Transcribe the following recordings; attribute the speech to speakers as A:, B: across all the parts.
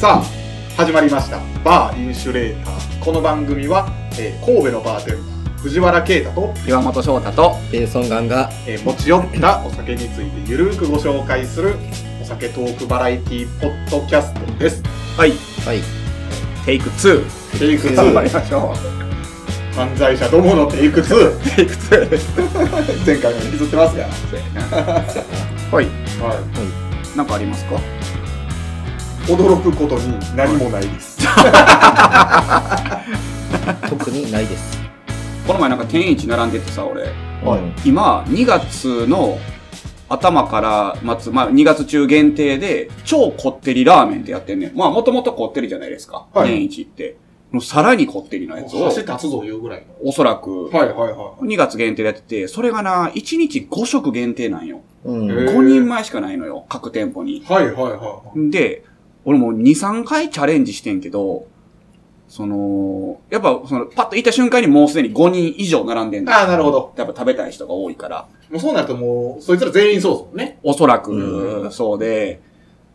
A: さあ始まりました「バーインシュレーター」この番組は、えー神戸のバーテンダー藤原啓太と、
B: 岩本翔太と
C: ペーソンガンが
A: えー持ち寄ったお酒についてゆるーくご紹介するお酒トークバラエティポッドキャストです
B: はい
C: はい
B: テイク2
A: テイク
B: 頑張
A: 2
B: りましょ
A: 犯罪者どものテイク
B: う
A: 2
B: テイク2です
A: 前回も引きずってますが、
B: はい
A: は
B: 何かありますか
A: い、驚くことに何もないです
C: 特にないです。
D: この前なんか天一並んでてさ、俺。
A: はい
C: うん
D: 今、2月の頭から末、まあ2月中限定で、超こってりラーメンってやってんねん。まあもともとこってりじゃないですか。
A: はい
D: 天一って。もうさらにこってりのやつを、
A: 立つぞいうぐらいの
D: おそらく、
A: はいはいは
D: 2月限定でやってて、それがな、1日5食限定なんよ。
C: うん
A: へー
D: 5人前しかないのよ、各店舗に。
A: いはいはいは
D: で、俺もう2、3回チャレンジしてんけど、その、やっぱ、その、パッと行った瞬間にもうすでに5人以上並んでん
A: い
D: だ。
A: ああなるほど
D: やっぱ食べたい人が多いから、
A: もうそうなるともうそいつら全員そうですもんね
D: おそら
C: う
D: く、そうで、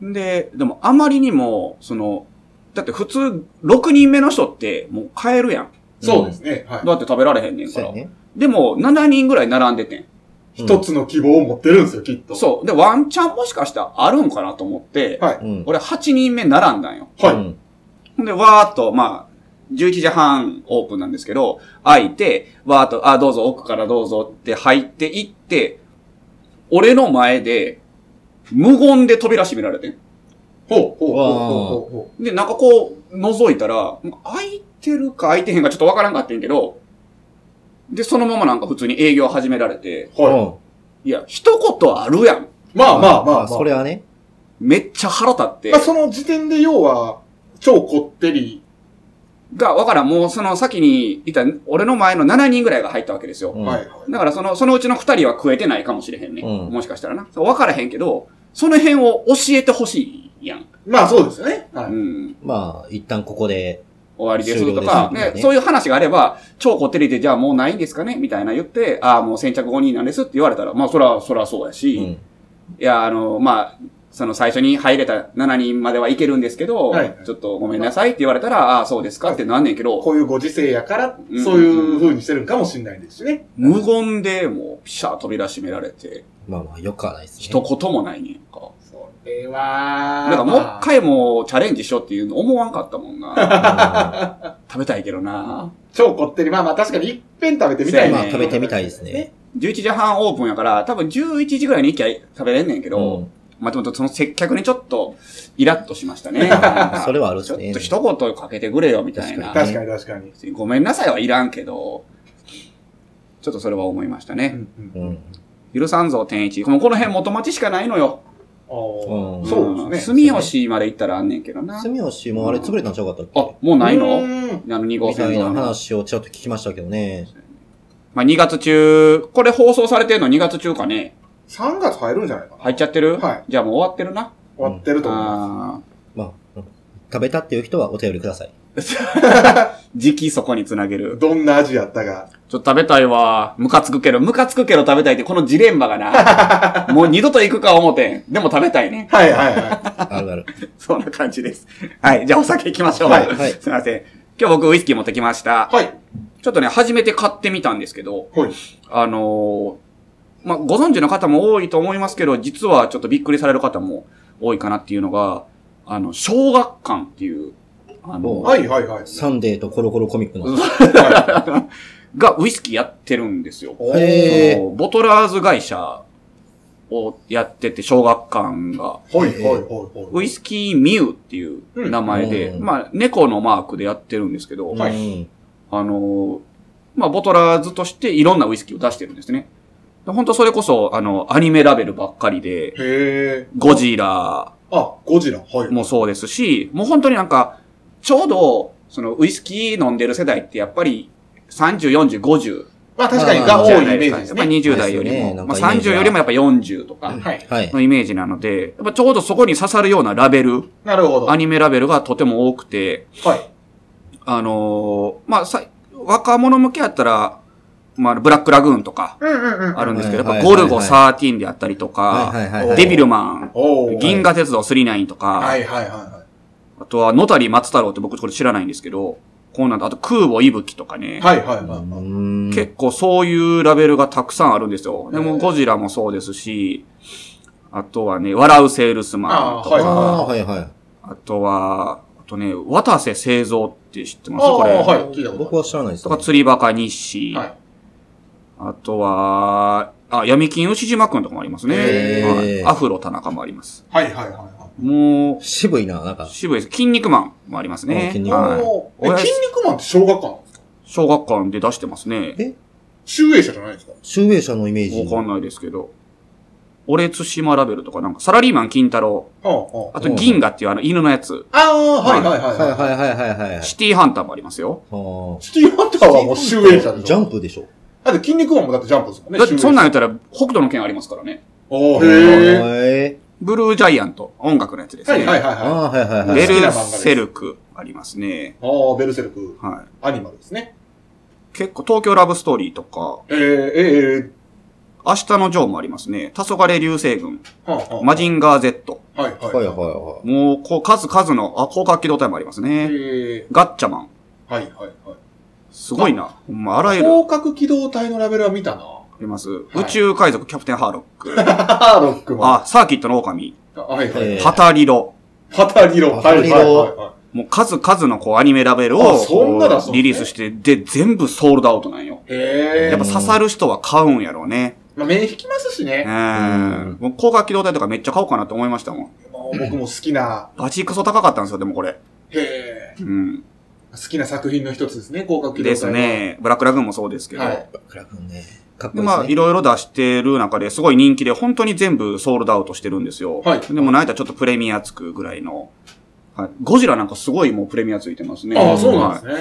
D: で、でもあまりにも、その、だって普通、6人目の人って、もう買えるやん。
A: そうですね、はい
D: だって食べられへんねんか
C: そうや
D: ら。
C: ね。
D: でも、7人ぐらい並んでてん。
A: 一つの希望を持ってるんですよ、きっと。
D: そう。で、ワンチャンもしかしたらあるんかなと思って、
A: はい
C: うん。
D: 俺8人目並んだんよ。
A: はい。
C: うん
D: ほんで、わーっと、まあ、11時半オープンなんですけど、開いて、わーっと、あ、どうぞ、奥からどうぞって入っていって、俺の前で、無言で扉閉められてん。
A: ほうほうほうほうほ
D: で、なんかこう、覗いたら、開いてるか開いてへんかちょっとわからんかってんけど、で、そのままなんか普通に営業始められて、
A: うほう。はい。
D: いや、一言あるやん。
A: まあまあまあまあ。
C: それはね。
D: めっちゃ腹立って
A: まあ、。その時点で要は、超こってり。
D: が、わからん。もうその先にいた、俺の前の7人ぐらいが入ったわけですよ。
C: うん
A: はいはい。
D: だからその、そのうちの二人は食えてないかもしれへんね。
C: うん
D: もしかしたらな。そうわからへんけど、その辺を教えてほしいやん。
A: まあそうですよね。は
D: う
A: い。
D: ん。
C: まあ、一旦ここで。
D: 終わりです
C: 終了
D: と
C: です
D: か、
C: みたいな
D: ね
C: ね
D: そういう話があれば、超こってりでじゃあもうないんですかねみたいな言って、ああ、もう先着5人なんですって言われたら、まあそら、そらそうや
C: う
D: し、い
C: ん。
D: や、あの、まあ、その最初に入れた7人まではいけるんですけど、
A: はい
D: ちょっとごめんなさいって言われたら、ああ、そうですかってなんねんけど、
A: こういうご時世やから
D: う、ん
A: そういう風にしてるんかもしれないですしね。
D: 無言でもう、ピシャー扉閉められて、
C: まあまあ、よくはないですね。
D: 一言もないねんか。
A: それは、
D: なんかもう一
A: まあ
D: 回もチャレンジしようっていうの思わんかったも んな。
C: ま
D: 食べたいけどな。
A: 超こってり。まあまあ確かに一遍食べてみた
C: あ
A: い
C: まあ、
A: ね。
C: 食べてみたいですね。
D: 11時半オープンやから、多分11時ぐらいに一回食べれんねんけ
C: う
D: ど、
C: ん。
D: まあでもその接客にちょっとイラッとしまし たね。
C: それはあるっ
D: ちょ
C: す
D: っ
C: ね
D: と。一言かけてくれよみたいな
A: 確
C: 確。
A: かに確かに。
D: ごめんなさいはいらんけど、ちょっとそれは思いました
A: う
D: ね。
A: んう。
C: うんん。
D: 許さんぞ、天一。もうこの辺元町しかないのよ。
A: あー
C: うん
A: そうですね。
D: 住吉まで行ったらあんねんけどな。あ、
C: 住吉もあれ潰れたんちゃうかったっけ
D: もうないの
A: うーん
D: あの2号
C: みた
D: 線
C: いな
D: の。
C: 話をちょっと聞きましたけどね。
D: まあ2月中、これ放送されてんの2月中かね。
A: 3月入るんじゃないかな。
D: 入っちゃってる
A: はい。
D: じゃあもう終わってるな。
A: 終わってると思います。
D: あ
C: まあ、うん食べたっていう人はお便りください。
D: あ。時期そこにつなげる。
A: どんな味やったが。
D: ちょっと食べたいわ。ムカつくけど、ムカつくけど食べたいって、このジレンマが な。もう二度と行くか思てん。でも食べたいね。
A: はいはいは
C: あるある。
D: そんな感じです。はい。じゃあお酒行きましょう。
A: はい
C: はい
D: すいません。今日僕ウイスキー持ってきました
A: い。。はい。
D: ちょっとね、初めて買ってみたんですけど、
A: はい。
D: あのーまあ、ご存知の方も多いと思いますけど、実はちょっとびっくりされる方も多いかなっていうのが、あの、小学館っていう、あの、
A: はいはいはい。
C: サンデーとコロコロコミックの。
D: がウイスキーやってるんですよ。
C: へー
D: そのボトラーズ会社をやってて、小学館が、
A: はいはいはいはい。
D: ウイスキーミューっていう名前で、
C: うん
D: まあ、猫のマークでやってるんですけど、
A: はい
C: うん。
D: あのーまあ、ボトラーズとしていろんなウイスキーを出してるんですね。本当それこそ、あの、アニメラベルばっかりで、
A: へえ。
D: ゴジラ
A: あ、ゴジラ。はい。
D: もそうですし、もう本当になんか、ちょうど、その、ウイスキー飲んでる世代ってやっぱり、30、40、50、
A: まあ確かにが多いイメージです
D: まあ
A: ね。
D: 20代より
C: です
D: も、
C: ねなん
D: ま
C: か
D: あ
C: イメージ
D: 30
C: は
D: よりもやっぱ40とか
A: はい。
C: はい。
D: のイメージなので、やっぱちょうどそこに刺さるようなラベル、
A: なるほど。は
D: ア
A: い。
D: ニメラベルがとても多くて、あのーまあさ、若者向けやったら、まあ、ブラックラグーンとか
A: うんうんうん。
D: あるんですけど、
C: はい
D: やっぱ
C: はい
D: ゴ
C: は
D: ル
C: い
D: ゴ13であったりと
C: はいは
D: か、
C: いはいはい。
D: デビルマン、
A: おー
D: 銀河鉄道39と
A: は
D: か、
A: いはいはいは
D: あとは、野谷松太郎って僕これ知らないんですけど、こうなんだ。あと、空母息吹とかね。
A: はいはいはい。
C: ん
D: 結構そういうラベルがたくさんあるんですよ。で
A: う
D: も、
A: ん
D: ゴジラもそうですし、あとはね、笑うセールスマン
A: 構
D: と
C: 構
A: はい
D: か、
C: ああー、はいはい。
D: あとは、あとね、渡瀬製造って知ってます
A: あー
D: これ。
A: はい聞いたことある
C: 僕は知らないです
D: と
C: ね
D: か、。釣りバカ日誌。
A: はい
D: あとは、あ、闇金牛島くんとかもありますね。
C: へー
D: はいアフロ田中もあります。
A: はいはいはいは
D: も
C: 渋いな、なん
D: う、
C: か。
D: 渋いです。筋肉マンもありますね
C: あ。筋
A: い。
C: 肉マ
D: はい
A: おーえ筋肉マンって小学館
D: 小学館で出してますね。
A: 集英社じゃないんですか
C: 集英社のイメージ。
D: わかんないですけど。俺津島ラベルとか、なんか、サラリーマン金太郎。
A: ああ
D: あと、銀河っていうあの犬のやつ。
A: ああー、はいはいはい
C: はい
A: はい。
C: はいはいはいはい。
D: シティハンターもありますよ。
C: は
A: シティハンターはもう集英社でしょ。
C: ジャンプでしょ。
A: だって筋肉マンもだってジャンプですもんね。
D: だってそんなん
A: ん。
D: 言ったら、北斗の剣ありますからね。
A: おーへえ。
C: へえ。
D: ブルージャイアント、音楽のやつです
A: は
D: ね。
A: いはいはいはい。あ
C: ああー、はいはいはい。
D: ベ
A: 好きな
D: ル
A: 漫画です
D: セルクありますね。
A: あー、ベルセルク、
D: は
A: アニマルですね。
D: い。結構、東京ラブストーリーとか、
A: えー、えー、え
D: 明日のジョーもありますね。黄昏流星群、
A: ー、はあはあ
D: マジンガー Z。
A: はい
C: は
A: はいい
C: はいは
D: もう、こう、数々の、あ、広角機動隊もあります
A: い。
D: ね。
A: え
D: ガッチャマン。
A: ー、はいはいはい。
D: すごいな。ほんま、あらゆる、あ
A: 広角機動隊のラベルは見たな。
D: ります。
A: い
D: 宇宙海賊キャプテンハーロック。
A: ハーロックマン。
D: あ、サーキットの狼。
A: はいはい。
C: えー
D: パタリロ。
A: パタリロ。
C: パタリロ
A: はいはいはいはい
D: もう数々のこうアニメラベルを
A: あそんなだ
D: こ
A: そうう
D: リリースして、で、全部ソールドアウトなんよ。
A: へえ
D: やっぱ。刺さる人は買うんやろうね。
A: まあ、目引きますし
D: う
A: ね。
D: ん。もう高架機動隊とかめっちゃ買おうかなと思いましたもん。
A: まあ僕も好きな、
D: バチクソ高かったんですよ、でもこれ。
A: へえ。
D: うん。
A: 好きな作品の一つですね、広角機動隊。
D: です。ね。ブラックラグーンもそうですけど。
A: はい。
C: い。クラ君ね。かっこ
D: で
C: いい
D: まあ、
C: で
D: いろいろ出してる中ですごい人気で、本当に全部ソールドアウトしてるんですよ。
A: はい
D: でも、なんやったらちょっとプレミアつくぐらいの。はい。ゴジラなんかすごいもうプレミアついてますね。
A: ああ、そうなんですね。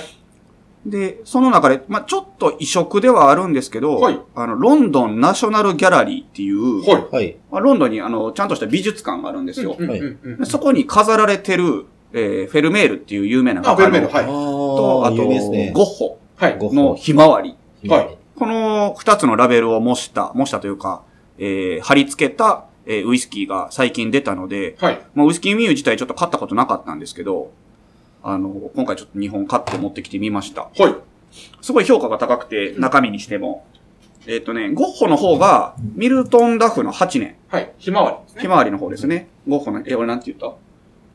D: で、その中で、まあ、ちょっと異色ではあるんですけど、
A: はい
D: あの、ロンドンナショナルギャラリーっていう、
A: はい。
C: すね。はい。
D: まあ、ロンドンにあの、ちゃんとした美術館があるんですよ。
A: うんうんうんう
D: で
A: ん
D: そこに飾られてる、えーフェルメールっていう有名な
A: あ、
D: 画
A: ベ
D: 家
A: ルベ
D: の
A: ル、はい。
D: と、あ
C: ああ、
D: と、
C: 有名ですね。
D: ゴッホ
A: はい。
C: ゴッ
D: のひまわり。
A: はい
D: この二つのラベルを模した、模したというか、えー貼り付けた、えーウイスキーが最近出たので、
A: はい。
D: まあ、ウイスキーミュー自体ちょっと買ったことなかったんですけど、あの、今回ちょっと日本買って持ってきてみました。
A: はい。
D: すごい評価が高くて、中身にしても。えっ、とね、ゴッホの方が、ミルトン・ダフの8年、
A: はい。ひまわりです
D: ひ
A: ね。
D: まわりの方ですね。ゴッホの、え、俺なんて言った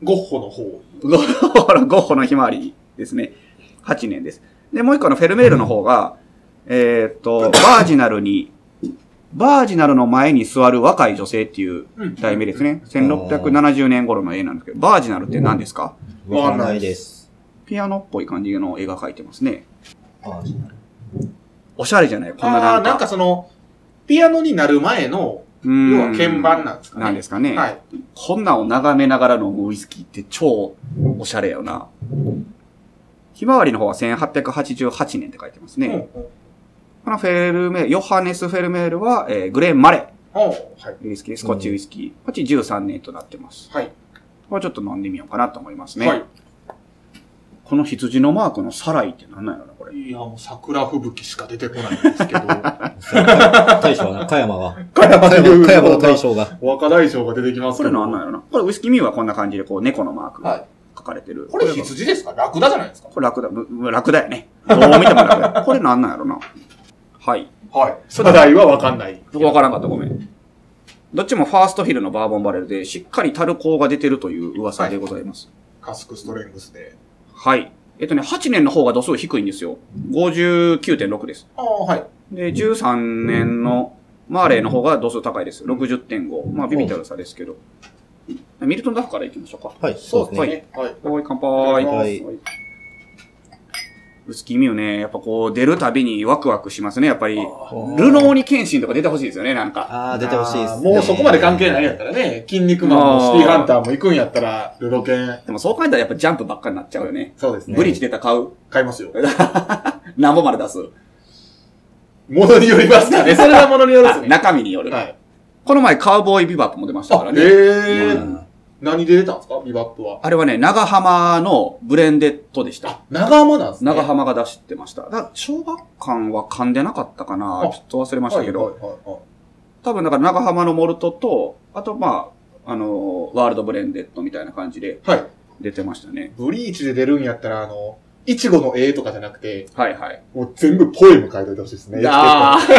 A: ゴッホの方。
D: ゴッホの、ゴッホのひまわりですね。8年です。で、もう一個のフェルメールの方が、えっ、と、バージナルに、バージナルの前に座る若い女性っていう
A: うん
D: 題名ですね。1670年頃の絵なんですけど、バージナルって何ですか
C: わかんないです。
D: ピアノっぽい感じの絵が描いてますね。
C: あ
D: おしゃれじゃないこんな
A: あ
D: な
A: あ、
D: んか。
A: なんかその、ピアノになる前の、
D: うん
A: 要は鍵盤なんですかね
D: なんですかね。
A: はい。
D: こんなんを眺めながら飲むウイスキーって超おしゃれよな。ひまわりの方は1888年って書いてますね。
A: うんうん
D: このフェルメール、ヨハネス・フェルメールは、えーグレーン・マレ
A: おうはい。
D: ーウイスキー、スコッチウイスキー。こっち13年となってます。
A: はい。
D: これちょっと飲んでみようかなと思いますね。
A: はい。
D: この羊のマークのサライって何なんやろな、これ。
A: いや、もう桜吹雪しか出てこないんです けど、
C: 大将が、加山が。
A: 加山
C: 加
A: 雄三
C: 山加山の大将が。
A: 若大将が出てきます
D: こ
A: け
D: れ
A: ど。
D: 何なんやろな。これウイスキーミーはこんな感じで、こう猫のマーク
A: は
D: が
A: い。
D: 書かれてる。
A: これ羊ですかラクダじゃないですか
D: これ楽だ、むむ楽だよね。どう見ても楽だ。これなんなんやろな。はい。
A: はい。世代はわかんない。
D: わからんかった、ごめん。どっちもファーストヒルのバーボンバレルで、しっかりタルコーが出てるという噂でございます。
A: カスクストレングスで。
D: はい。えっとね、8年の方が度数低いんですよ。59.6です。
A: ああ、はい。
D: で、13年のマーレーの方が度数高いです。60.5。まあ、ビビタル差ですけど。ミルトンダフから行きましょうか。
C: はい、そうです
A: は
C: ね。
A: い。はい。
D: はい、乾杯。
C: はい
D: 薄気味よね。やっぱこう、出るたびにワクワクしますね、やっぱり。
C: ー
D: ルノーニケンシンとか出てほしいですよね、なんか。
C: ああ、出てほしいですね。
A: もうそこまで関係ないんやったらね、筋肉マンもシティハンターも行くんやったら、ルロケン。
D: でもそう考えたらやっぱジャンプばっかになっちゃうよね。
A: そうです
D: ブリッジ出たら買う。
A: 買いますよ。
D: 何本まで出す。
A: ものによりますか ね。それはものによるっす
D: あ
A: ね。
D: 中身による。
A: はい。
D: この前カウボーイビバップも出ましたか
A: あ
D: ら、ね。
A: ええ
D: うん
A: 何で出たんですかビバップは。
D: あれはね、長浜のブレンデッドでした。
A: 長浜なんですね。
D: 長浜が出してました。だから小学館は噛んでなかったかな
A: あ
D: ちょっと忘れましたけど。
A: はいはいはいはい
D: 多分だから長浜のモルトと、あとまあ、あのーワールドブレンデッドみたいな感じで、
A: はい。
D: 出てましたね。
A: ブリーチで出るんやったら、あの、いちごの絵とかじゃなくて、
D: はいはい。
A: もう全部ポエム書いといてほしいですね。
D: あー出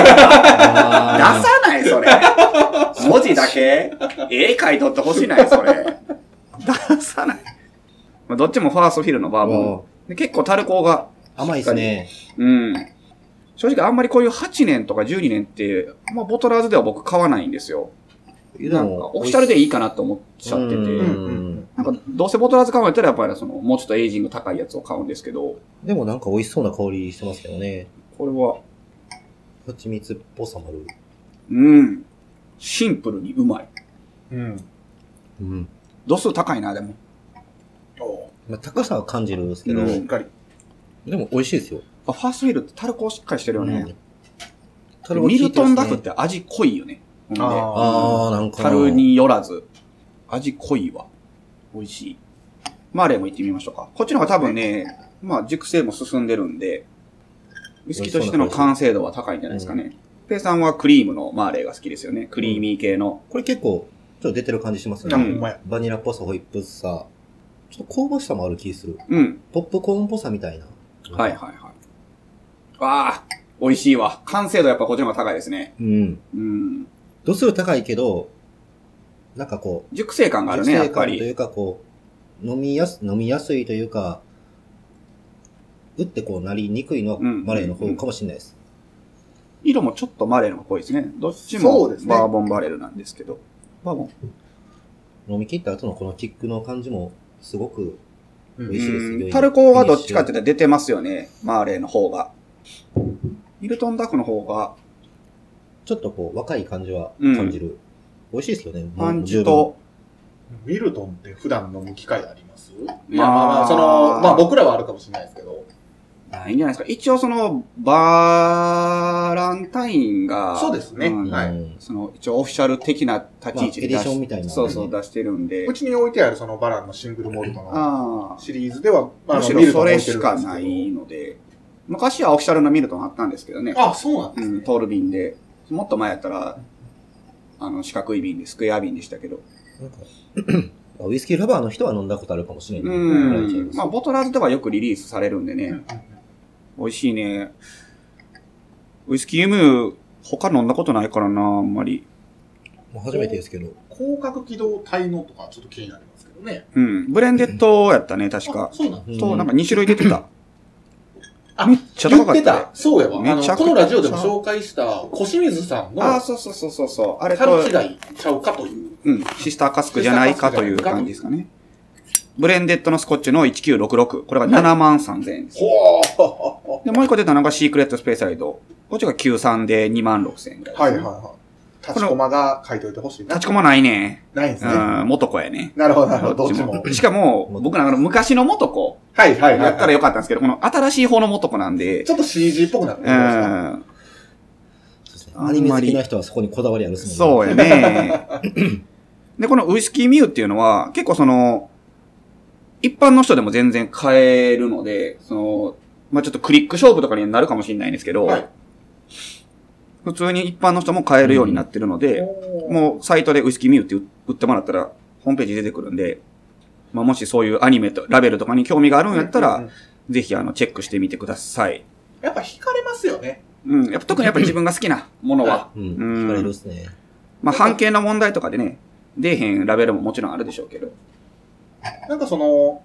C: あ
D: さない、それ。文字だけ絵描いとってほしいない、それ。 出さない。まあ、どっちもファーストフィルのバーボン
C: ー。
D: で。結構樽高が、
C: 甘いですね。
D: うん。正直あんまりこういう8年とか12年って、まあ、ボトラーズでは僕買わないんですよ。なんか、オフィシャルでいいかなと思っちゃってて。
A: うん
C: うん
A: うん
D: なんか、どうせボトラーズ買うんやったら、やっぱりその、もうちょっとエイジング高いやつを買うんですけど、
C: でもなんか美味しそうな香りしてますけどね。
D: これは、
C: 蜂蜜っぽさもある。
D: うん。シンプルにうまい。
A: うん。うん。
C: うん。
D: 度数高いな、でも。
A: お
C: まあ、高さは感じるんですけど、
A: う
D: うん
A: しっかり。
C: でも美味しいですよ。
D: あファーストフィールってタルコしっかりしてるよね。
C: タル
D: ミルトンダ
C: だ
D: フって味濃いよね。ほんで
A: あ
C: あー、なんかな。
D: タルによらず、味濃いわ。美味しい。マーレーも行ってみましょうか。こっちの方が多分ね、まあ熟成も進んでるんで、ウイスキーとしての完成度は高いんじゃないですかね。ペイさんはクリームのマーレーが好きですよね。クリーミー系の。
C: これ結構、ちょっと出てる感じします
A: あ。
C: よ
A: ほ
C: ね。
A: んまや。
C: バニラっぽさ、ホイップさ、ちょっと香ばしさもある気する。
D: うん。
C: ポップコーンっぽさみたいな。
D: はいはいはい。ああ、美味しいわ。完成度やっぱこっちの方が高いですね。
C: うん。
D: うん。
C: 度数高いけど、なんかこう、
D: 熟成感があるね、やっぱ
C: 熟成感とい
D: り。
C: うかこう、飲みやす、飲みやすいというか、打ってこうなりにくいのは
D: うん
C: マレーの方かもしれないです。
D: 色もちょっとマレーの方が濃いですね。どっち
A: そ
D: も
A: うですね
D: バーボンバレルなんですけど。バーボン。
C: 飲み切った後のこのキックの感じも、すごく、
A: うん
C: 美味しいです
D: うん
C: よ。
D: タルコはどっちかって言ったら出てますよね。マーレーの方が。ミルトンダフの方が、
C: ちょっとこう、若い感じは感じる。美味しいですよね。
D: パンチ
C: 十分
D: と、
A: ミルトンって普段飲む機会ありますい
D: ま
A: や、
D: あ
A: まあまあ、その、まあ僕らはあるかもしれないですけど。
D: ないんじゃないですか。一応その、バーランタインが、
A: そうですね
D: ん
A: はい
C: うん
D: その、一応オフィシャル的な立ち位置で出
C: まあ
D: し
C: エディションみたいなね
D: そうそう、出してるんで
A: う。ちに置いてあるそのバランのシングルモルトの
D: あ
A: シリーズでは、
D: あ。
A: あ
D: む
A: の
D: し
A: ミ
D: ろ
A: ルトン
D: そ
A: 置
D: れ
A: いてる
D: し
A: んです
D: か
A: けど
D: ないので。昔はオフィシャルのミルトンあったんですけどね。
A: あ、そうなんで
D: う
A: すね
D: ん、。トール瓶で。もっと前やったら、あの、四角い瓶で、スクエア瓶でしたけど。
C: なんかウイスキーラバーの人は飲んだことあるかもしれない、
D: うん。ま
C: ま
D: あ、ボトラーズではよくリリースされるんでね。
A: うんうん
D: 美味しいね。ウイスキー M、他飲んだことないからな、あんまり。
C: あ、初めてですけど。
A: 広角機動体のとかちょっと気になりますけどね。
D: うん。ブレンデッドやったね、確か
A: あ。そうなん
C: うん
D: と、なんか2種類出てた。
A: あ
D: めっちゃ高かったね。
A: 言ってた。そうやわ。あ
D: めちゃ
A: の、
D: くちゃ
A: このラジオでも紹介した、小清水さんの、
D: ああ、そうそうそうそうそう。あれと、
A: 樽違いちゃうかという。
D: うん、シスターカスクじゃないかという感じですかね。ブレンデッドのスコッチの1966。これが7万3000円です。
A: ほー
D: で、もう一個出たのがシークレットスペースライド。こっちが93で2万6000円ぐらいです
A: は
D: ね、
A: いはいはい。立ちコマが書いといてほしいな。
D: 立ちこまないね。
A: ないんです
D: う
A: ね。
D: ん、元子やね。
A: なるほどなるほど。どっちも。
D: しかも、僕なんかの昔の元子
A: はいはいは
D: や
A: い
D: った
A: はい。
D: らよかったんですけど、この新しい方の元子なんで、
A: ちょっと CG っぽくなって
D: う
A: きましたね
D: ん、
C: そうですね
D: あんま
C: ア
D: り
C: ニメ好きな人はそこにこだわりあるっすも
D: そう
C: ん
D: やね。で、このウイスキーミューっていうのは、結構その、一般の人でも全然買えるので、その、まあちょっとクリック勝負とかになるかもしれないんですけど、
A: はい
D: 普通に一般の人も買えるようになってるので、
A: おー
D: もうサイトでウイスキーミューって売ってもらったら、ホームページ出てくるんで、まあ、もしそういうアニメとラベルとかに興味があるんやったら、
A: うんうん
D: ぜひあの、チェックしてみてください。
A: やっぱ惹かれますよね。
D: うん。やっぱ特にやっぱ自分が好きなものは、
C: うん。
D: うん
C: 惹かれるっすね。
D: まあ、半径の問題とかでね、出えへんラベルももちろんあるでしょうけど、
A: なんかその、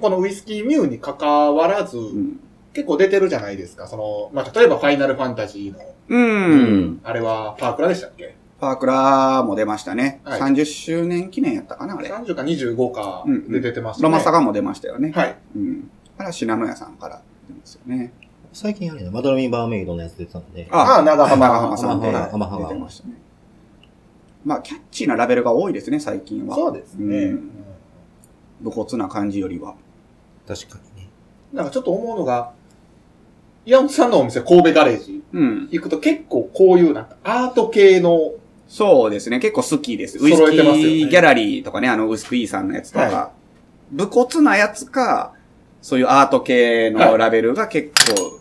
A: このウイスキーミューに関わらず、
D: うん。
A: 結構出てるじゃないですか。その、まあ、例えばファイナルファンタジーの、
D: うん。
C: うん
A: あれはパークラでしたっけ
D: パークラーも出ましたね。
A: はい
D: 30周年記念やったかな、あれ。
A: ?30 か25か
D: うんうん
A: で出てましたね。
D: ロマサガも出ましたよね。
A: はい。
D: うん。あれは信濃屋さんから出ますよね。
C: 最近あれね、マドラミバーメイドのやつ出てたんで。
A: ああ、長浜。
D: 浜浜さんで
C: 浜
D: 出
C: 浜浜浜
D: てましたね。まあ、キャッチーなラベルが多いですね、最近は。
A: そうですね。
D: う
A: うんん
D: 武骨な感じよりは。
C: 確かにね。
A: なんかちょっと思うのが、岩本さんのお店、神戸ガレージ
D: うん。
A: 行くと結構こういうなんかアート系の、
D: そうですね。結構好きです。ウイス
A: 揃
D: キ
A: えてますよね
D: ーギャラリーとかね、あの、ウイスキーさんのやつとか。
A: は
D: 武骨なやつか、そういうアート系のラベルが結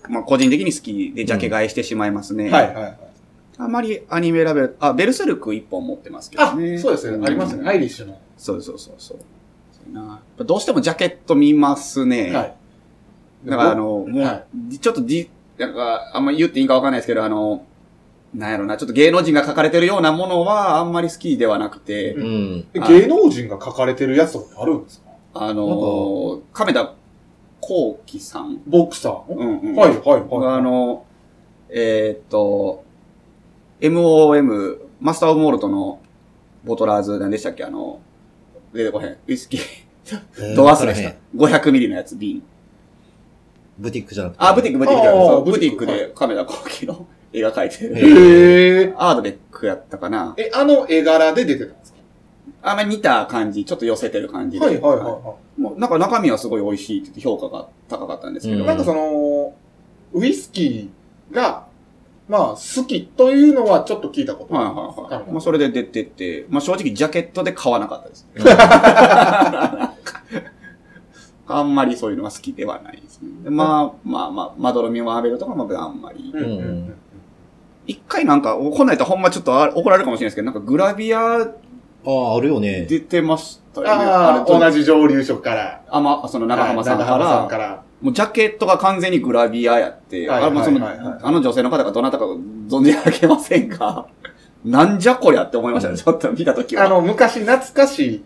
D: 構、まあ、個人的に好きで、ジャケ買いしてしまいますね。
A: はいはいはい。
D: あまりアニメラベル、あ、ベルセルク一本持ってますけど
A: あ、
D: ね。
A: そうですよね。ありますね。アイ
D: い。
A: リッシュの。
D: そうそうそうそう。いな。やっぱどうしてもジャケット見ますね。
A: はい。
D: だからあの、もう、
A: は
D: ちょっとじ、なんか、あんま言っていいかわかんないですけど、あの、なんやろな、ちょっと芸能人が書かれてるようなものはあんまり好きではなくて、
C: うん。
A: 芸能人が書かれてるやつとかあるんですか
D: あの、亀田光輝さん。
A: ボクサーの
D: うんうん。
A: はい、はい、はい。
D: あの、えーっと、MOM、マスターオブモルトのボトラーズ、何でしたっけあの、出てこへん。ウイスキー、ドワスでした。500ミリのやつ、瓶。
C: ブティックじゃなくて。
D: あ、ブティック、ブティック
A: あー
D: そう
A: ブテ
D: ブテ
A: ィ
D: ィ
A: ッ
D: ッ
A: ク
D: ク
A: は
D: で亀田光輝の絵が描いて
C: へ
D: る。
A: へえ。
D: アードベックやったかな。
A: え、あの絵柄で出てたんですか
D: あんまり似た感じ、ちょっと寄せてる感じで。
A: はい、はい、はいはい。
D: もうなんか中身はすごい美味しいって言って評価が高かったんですけど。
C: うん
A: なんかその、ウイスキーが、まあ、好きというのはちょっと聞いたこと
D: はい
A: あ
D: はい
A: なる
D: は
A: ほ
D: い。
A: ど
D: まあそれで出てって、まあ正直ジャケットで買わなかったです。 あんまりそういうのが好きではないですね。でまあまあまあ、まどろみをあべるとかもあんまり。
A: る。
C: うんうん
D: 一回なんか、こんなんやったらほんまちょっとあ怒られるかもしれないですけど、なんかグラビア
C: ああ、あるよね。
D: 出てましたよね。
A: ああ、
D: れ
A: 同じ上流職から。
D: あま、その長浜さんか
A: はい長浜さん
D: ら
A: か、ら。
D: もうジャケットが完全にグラビアやって、
A: はい
D: あまあその
A: はいはいはい
D: あの女性の方がどなたか存じ上げませんが、 なんじゃこりゃって思いましたね、ちょっと見たときは。
A: あの、昔懐かしい、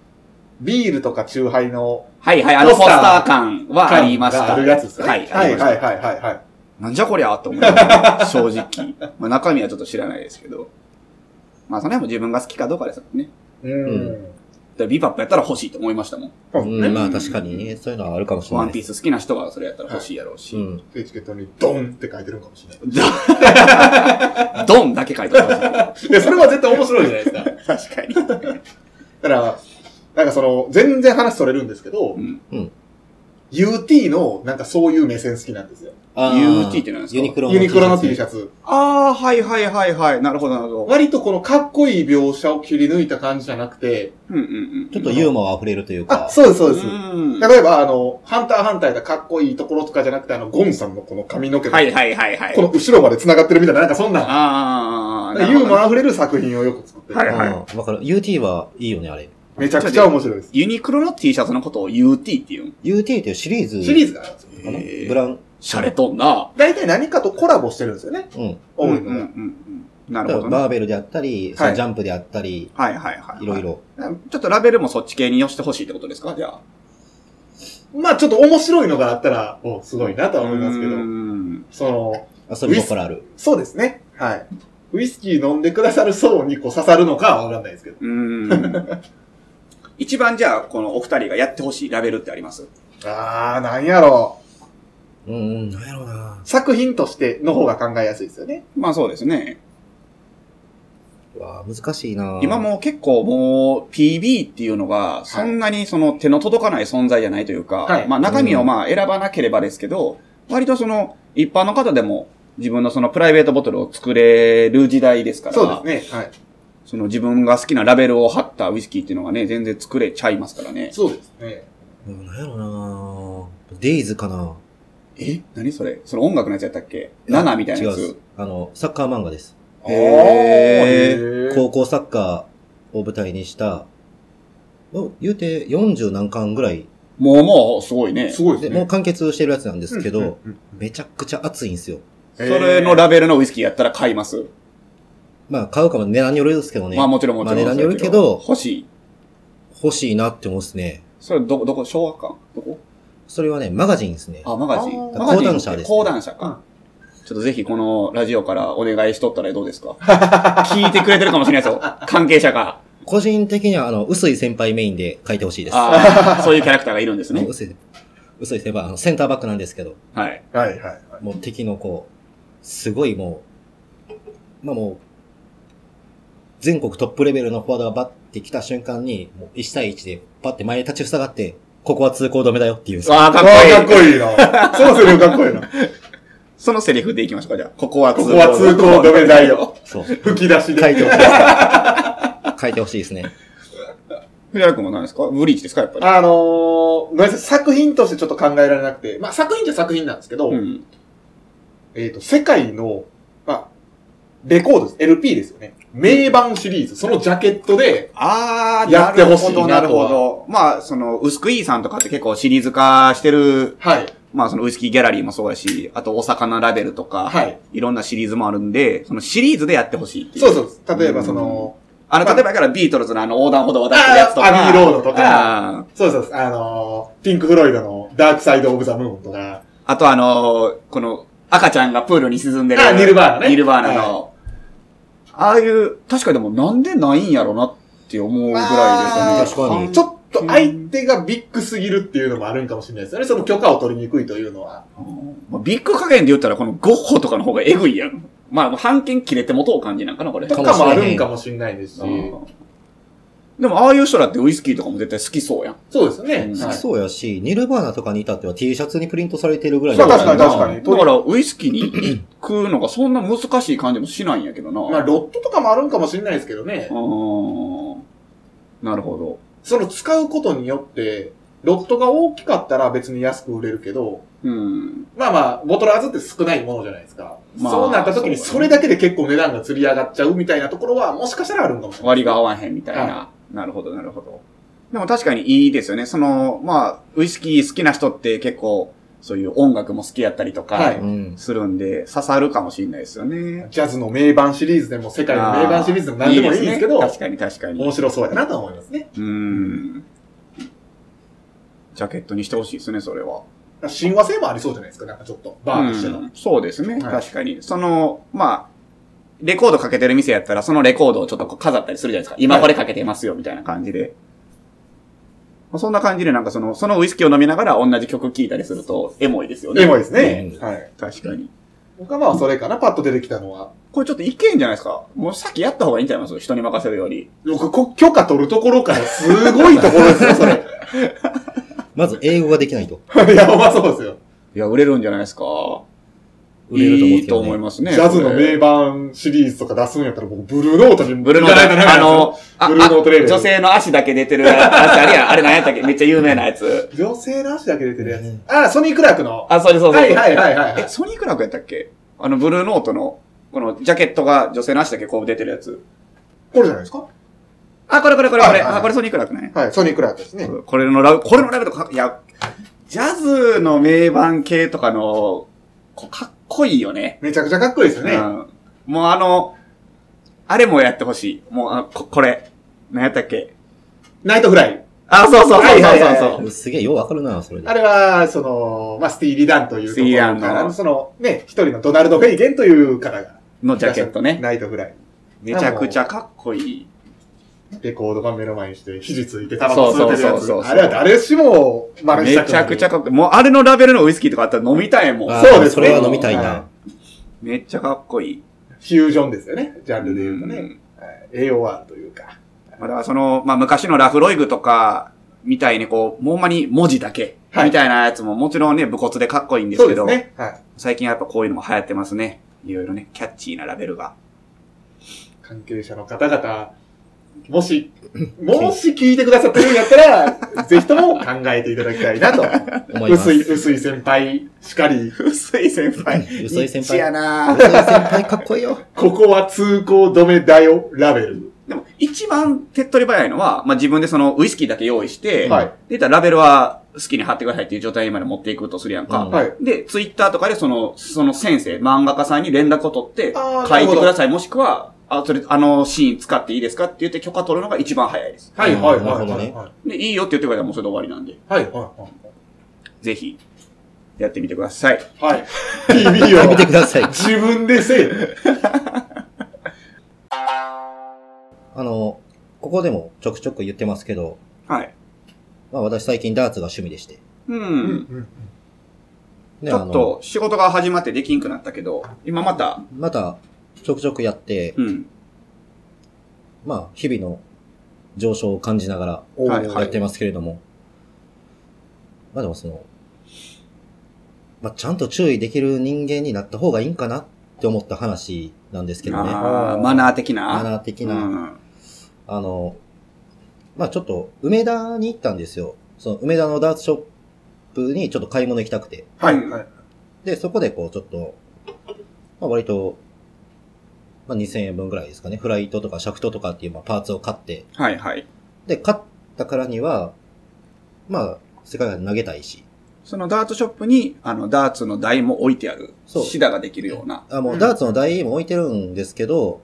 A: ビールとかチューハイの
D: はいはい、あのポスター感はありまし
A: 缶が
D: た。
A: あるやつですね。
D: はい、あ
A: は
D: り
A: い、
D: ました。
A: はい、はい、はいはい。
D: なんじゃこりゃって思いま した、正直。まあ中身はちょっと知らないですけど。まあその辺も自分が好きかどうかですよね。
A: うん。
D: でビバップやったら欲しいと思いましたもん。
C: うん、まあ確かにね、そういうのはあるかもしれ
D: ワ
C: な
D: ン
C: い
D: ピ
C: で
D: ース好きな人がそれやったら欲しいやろう
C: す。
D: し。
C: うん。
A: エチケットにドンって書いてるんかもしれない。
D: ドンだけ書いてありました。
A: で、それは絶対面白いじゃないですか。
D: 確かに。
A: だから、なんかその、全然話それるんですけど、
D: うん
C: うん
A: UT の、なんかそういう目線好きなんですよ。
C: ああ
D: UT って何ですか
C: ユニクロの
A: ユニクロの T シ
C: ャツ。
A: ャツ。
D: ああ、はいはいはいはい。なるほどなるほど。
A: 割とこのかっこいい描写を切り抜いた感じじゃなくて、
D: うんうんうん。
C: ちょっとユーモア溢れるというか。
A: あ、そうです、そうです。
D: うん
A: 例えば、あの、ハンターハンターがかっこいいところとかじゃなくて、あの、ゴンさんのこの髪の毛の、
D: はいはいはいはい。
A: この後ろまで繋がってるみたいな、なんかそんな、
D: ああ、なる
A: ユ
D: ほ
A: ー
D: ど
A: モア溢れる作品をよく作ってる。
D: はいは
C: うん。わかる。UT はいいよね、あれ。
A: めちゃくちゃ面白いです。
D: ユニクロの T シャツのことを UT っていうの
C: UT っていうシリーズ
A: シリーズがあるんですよ。
C: かな
D: へー
C: ブラン、
D: シャレとんな。
A: 大体何かとコラボしてるんですよね。
C: うん。
A: 多い
D: うん
A: の
D: うんう
A: が。
D: んうん。な
C: だ
D: る
C: か
D: ほど
C: ら
D: ね。
C: バーベルであったり、そのジャンプであったり、
D: はいはいはい。
C: いろい。ろ。
D: ちょっとラベルもそっち系に寄せてほしいってことですかじゃあ。
A: まあちょっと面白いのがあったら、おすごいなとは思いますけど
D: うー、ん
A: その、
C: 遊び心ある。
A: そうですね。はい。ウイスキー飲んでくださる層にこう刺さるのかはわかんないですけど。
D: うーん。一番じゃあ、このお二人がやってほしいラベルってあります
A: あー、なんやろう。
C: うん、なんやろうな。
A: 作品としての方が考えやすいですよね。
D: まあそうですね。
C: うわ難しいな。
D: 今。もう結構もう PB っていうのが、そんなにその手の届かない存在じゃないというか、
A: はい
D: まあ中身をまあ選ばなければですけど、割とその一般の方でも自分のそのプライベートボトルを作れる時代ですから、
A: そうですね。はい。
D: その自分が好きなラベルを貼ったウイスキーっていうのがね、全然作れちゃいますからね。
A: そうですね。
C: うんなんやろうな。デイズかな。
D: え何それその音楽のやつやったっけ ?7 みたいなや
C: 違うっ
D: つ
C: す。あの、サッカー漫画です。
A: あー
D: へ
A: へー
C: 高校サッカーを舞台にした、もう言うて40何巻ぐらい
D: もうもう、すごいね。
A: すごいで
C: で、
A: す
C: もう
A: ね。
C: 完結してるやつなんですけ
A: うん
C: ど、
A: うんうん
C: めちゃくちゃ熱いんですよ。
D: それのラベルのウイスキーやったら買います。
C: まあ買うかも値段によるんですけどね。
D: まあもちろんもちろん。
C: まあ値段によるけど
D: 欲しい。
C: 欲しいなって思うですね。
D: それどこ、どこ、小学館どこ
C: それはね、マガジンですね。
D: あ、マガジン。
A: あー
D: マガジン
C: 講談社です
D: 講談社か。ちょっとぜひこのラジオからお願いしとったらどうですか聞いてくれてるかもしれないですよ。関係者が。
C: 個人的には、あの、薄い先輩メインで書いてほしいです。
D: ああ、そういうキャラクターがいるんですね。
C: 薄い、薄い先輩、あの、センターバックなんですけど、
D: はい。
A: はいはいはい。
C: もう敵のこう、すごいもう、まあもう、全国トップレベルのフォワードがバッて来た瞬間に、もう1対1で、パッて前に立ち塞がって、ここは通行止めだよっていうんですよ
D: わあ、かっこ
A: あーかっ
D: いい。
A: こいいな。そのセリフかっこいいな。
D: そのセリフでいきましょうか、じゃあ。ここは
A: ここは通行止めだよ。
C: そう。
A: 吹き出し
C: 書い
A: で。
C: てほしい です。書いてほしいですね。
D: 藤原君も何ですかブリーチですかやっぱり。
A: あのー、ごめんなさい。作品としてちょっと考えられなくて。まあ作品じゃ作品なんですけど、
D: うん。
A: えっ、と、世界の、まあ、レコードです。LP ですよね。名盤シリーズ、そのジャケットで、
D: ああ、
A: やってほしいなとは
D: なるほど。まあ、その、ウスクイーさんとかって結構シリーズ化してる、
A: はい、
D: まあ、そのウイスキーギャラリーもそうだし、あとお魚ラベルとか、
A: はい。
D: いろんなシリーズもあるんで、そのシリーズでやってほしいっていう。
A: そうそう。例えばその、
D: あの、例えばだからビートルズのあの横断歩道を渡ってるやつとか。
A: あーアビーロードとか
D: あー。
A: そうそう、あのー、ピンク・フロイドのダークサイド・オブ・ザ・ムーンとか、
D: あとあのーこの赤ちゃんがプールに沈んでる。
A: あニルバーナね
D: ニルバーナの。ああいう、確かにでもなんでないんやろなって思うぐらいですね。
C: 確かに
A: ちょっと相手がビッグすぎるっていうのもあるんかもしれないですよね。その許可を取りにくいというのは。
D: まあビッグ加減で言ったらこのゴッホとかの方がエグいやん。まあ、半券切れてもとう感じなんかな、これ。
A: とかもあるんかもしれないですし。
D: でも、ああいう人だってウイスキーとかも絶対好きそうやん。
A: そうですね。
D: うん
A: は
C: 好
A: い
C: きそうやし、ニルバーナとかに至っては T シャツにプリントされてるぐらい
A: まあ確かに確かに
D: だから、ウイスキーに行くのがそんな難しい感じもしないんやけどな。
A: まあ、ロットとかもあるんかもしれないですけどね
D: う。ーんなるほど。
A: その使うことによって、ロットが大きかったら別に安く売れるけど、
D: うん。
A: まあまあ、ボトラーズって少ないものじゃないですか。
D: まあ
A: そうなった時に
D: そ
A: そう
D: だね
A: れだけで結構値段が釣り上がっちゃうみたいなところは、もしかしたらあるんかもしれない。
D: 割が合わへんみたいな。
A: は
D: なるほど、なるほど。でも確かにいいですよね。その、まあ、ウイスキー好きな人って結構、そういう音楽も好きやったりと
A: は
D: か
A: い、
C: うん。
D: するんで、刺さるかもしれないですよね。
A: ジャズの名盤シリーズでも、世界の名盤シリーズでも何でもいいんですけど、
D: ね確かに確かに。
A: 面白そうやなと思いますね。
D: うん。ジャケットにしてほしいですね、それは。
A: 親和性もありそうじゃないですか、なんかちょっと。バーとしての。
D: うんそうですね、
A: はい
D: 確かに。その、まあ、レコードかけてる店やったら、そのレコードをちょっとこう飾ったりするじゃないですか。今これかけてますよ、みたいな感じで。まあそんな感じで、なんかその、そのウイスキーを飲みながら同じ曲聴いたりすると、エモいですよね。
A: エモいですね。
C: うん
A: はい。
D: 確かに。
A: 他はそれかな、パッと出てきたのは。
D: これちょっといけんじゃないですか。もうさっきやった方がいいんちゃいます人に任せるより。
A: 僕、こ許可取るところからすごいところですよ、それ。
C: まず英語ができないと。
A: いや、まあそうですよ。
D: いや、売れるんじゃないですか。
C: 売れると思
D: い
C: う
D: い
C: け
D: と
C: ど、ね。
D: 思いますね。
A: ジャズの名
D: 名
A: 盤シリーズとか出すんやったら、僕、ブルーノートに、
D: ブルーノー
A: じゃない
D: ト、
A: か
D: あ
A: な
D: の、あ、
A: ブルーノートレーベ
D: あ
A: ル
D: 女性の足だけ出てるやつあれやん、あれ何やったっけめっちゃ有名なやつ。
A: 女性の足だけ出てるや
C: う
A: つ
C: ん。
A: あ、ソニー・クラークの。
D: あ、そうです、そうです。
A: はいはいはいはいは
D: え、
A: い。
D: ソニークラークやったっけあの、ブルーノートの、この、ジャケットが女性の足だけこう出てるやつ。
A: これじゃないですか
D: あ、これこれこれこ
A: は
D: れ。
A: いはいはい
D: あ、これソニークラークね。
A: はい、ソニー・クラークですね。
D: これのラブ、これのラブとか、いや、ジャズの名盤系とかの、こうかっこいいよね。
A: めちゃくちゃかっこいいですよ
D: う
A: ね。
D: んもうあの、あれもやってほしい。もう、あここれ。何やったっけ
A: ナイト・フライ。
D: あ、そうそうそうそうそうそう。
C: すげえようわかるな、それで。
A: あれは、その、まあ、スティーリー・ダンというとこ
D: スティーリーダ
A: ろ
D: ンの
A: から、その、ね、一人のドナルド・フェイゲンという方が。
D: のジャケットね。
A: ナイト・フライ。
D: めちゃくちゃかっこいい。
A: レコードが目の前にして、肘ついてタバコ吸ってるや
D: そうそうそう
A: つ。
D: そう
A: あれは誰しも、ま
D: めちゃくち
A: か
D: ゃかっこいい。もうあれのラベルのウイスキーとかあったら飲みたいもん
C: あ。
A: そうですね
C: それは飲みたいな。
D: めっちゃかっこいい。
A: フュージョンですよね。ジャンルで言うと
D: うん
A: ね。AOR というか。
D: まあだからその、まあ昔のラフロイグとか、みたいにこう、もうほんまに文字だけ、
A: はい
D: みたいなやつももちろんね、武骨でかっこいいんです
A: そう
D: け
A: です
D: ど、
A: ね。はい。
D: 最近はやっぱこういうのも流行ってますね。いろいろね、キャッチーなラベルが。
A: 関係者の方々、もし、もし聞いてくださってるんやった ら、ぜひとも考えていただきたいなと。
C: 思います。
A: 薄い、
C: 薄
A: 薄い先輩、しかり、
D: 薄い先輩。
C: うん薄い先輩
D: ニッチやない
C: 先輩かっこいいよ。
A: ここは通行止めだよ、ラベル。
D: でも、一番手っ取り早いのは、まあ自分でそのウイスキーだけ用意して、
A: はい
D: で、たらラベルは好きに貼ってくださいっていう状態にまで持っていくとするやんか。
C: うん
A: はい。
D: で、ツイッターとかでその、その先生、漫画家さんに連絡を取って、
A: あー
D: 書いてください。もしくは、あ、それ、あのシーン使っていいですかって言って許可取るのが一番早いです。
A: はい、はい、
C: な
A: は
C: るほど
A: い。
C: ね
A: はい、
D: で、いいよって言ってくれたらもうそれで終わりなんで、
A: はい、は
D: ぜひ、やってみてください。
A: い。はい。PB を
C: 見てください。
A: 自分でせえ。
C: あの、ここでもちょくちょく言ってますけど、
D: はい。
C: まあ私最近ダーツが趣味でして。
D: うん。
A: うんうん
C: ね
D: ちょっと、仕事が始まってできんくなったけど、今また
C: あの、また、ちょくちょくやって、
D: うん。
C: まあ、日々の上昇を感じなが
A: おー
D: はい
C: らやってますけれども、まあでもその、まあちゃんと注意できる人間になった方がいいんかなって思った話なんですけどね。
D: あーマナー的な。
C: マナー的な、
D: うん。
C: あの、まあちょっと、梅田に行ったんですよ。その梅田のダーツショップにちょっと買い物行きたくて。
A: は
D: う
A: い、
D: ん
A: はい。
C: で、そこでこう、ちょっと、まあ割と、まあ、2000円分ぐらいですかね。フライトとかシャフトとかっていうまあパーツを買って、
D: はいはい。
C: で、買ったからには、まあ、世界に投げたいし、
D: そのダーツショップに、あの、ダーツの台も置いてある。
C: そう
D: シダができるような。
C: あも
A: う
C: うんダーツの台も置いてるんですけど、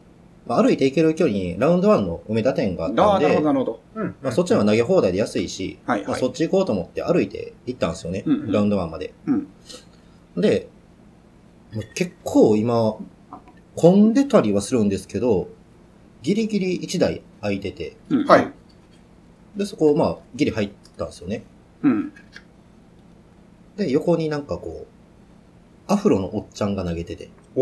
C: まあ、歩いて行ける距離にラウンド1の梅田店があった
D: ああ、
C: ん
D: なるほ
C: で
D: ど、、なるほど。
A: うん。
C: まあ、そっちの方が投げ放題で安いし、
D: はい
C: まあ、
D: はい。
C: そっち行こうと思って歩いて行ったんですよね。
D: うんうん
C: ラウンド1まで。
D: うん
C: で、もう結構今、混んでたりはするんですけど、ギリギリ1台空いてて、
D: うん
A: はい。
C: で、そこをまあ、ギリ入ったんですよね。
D: うん。
C: で、横になんかこう、アフロのおっちゃんが投げてて。
A: お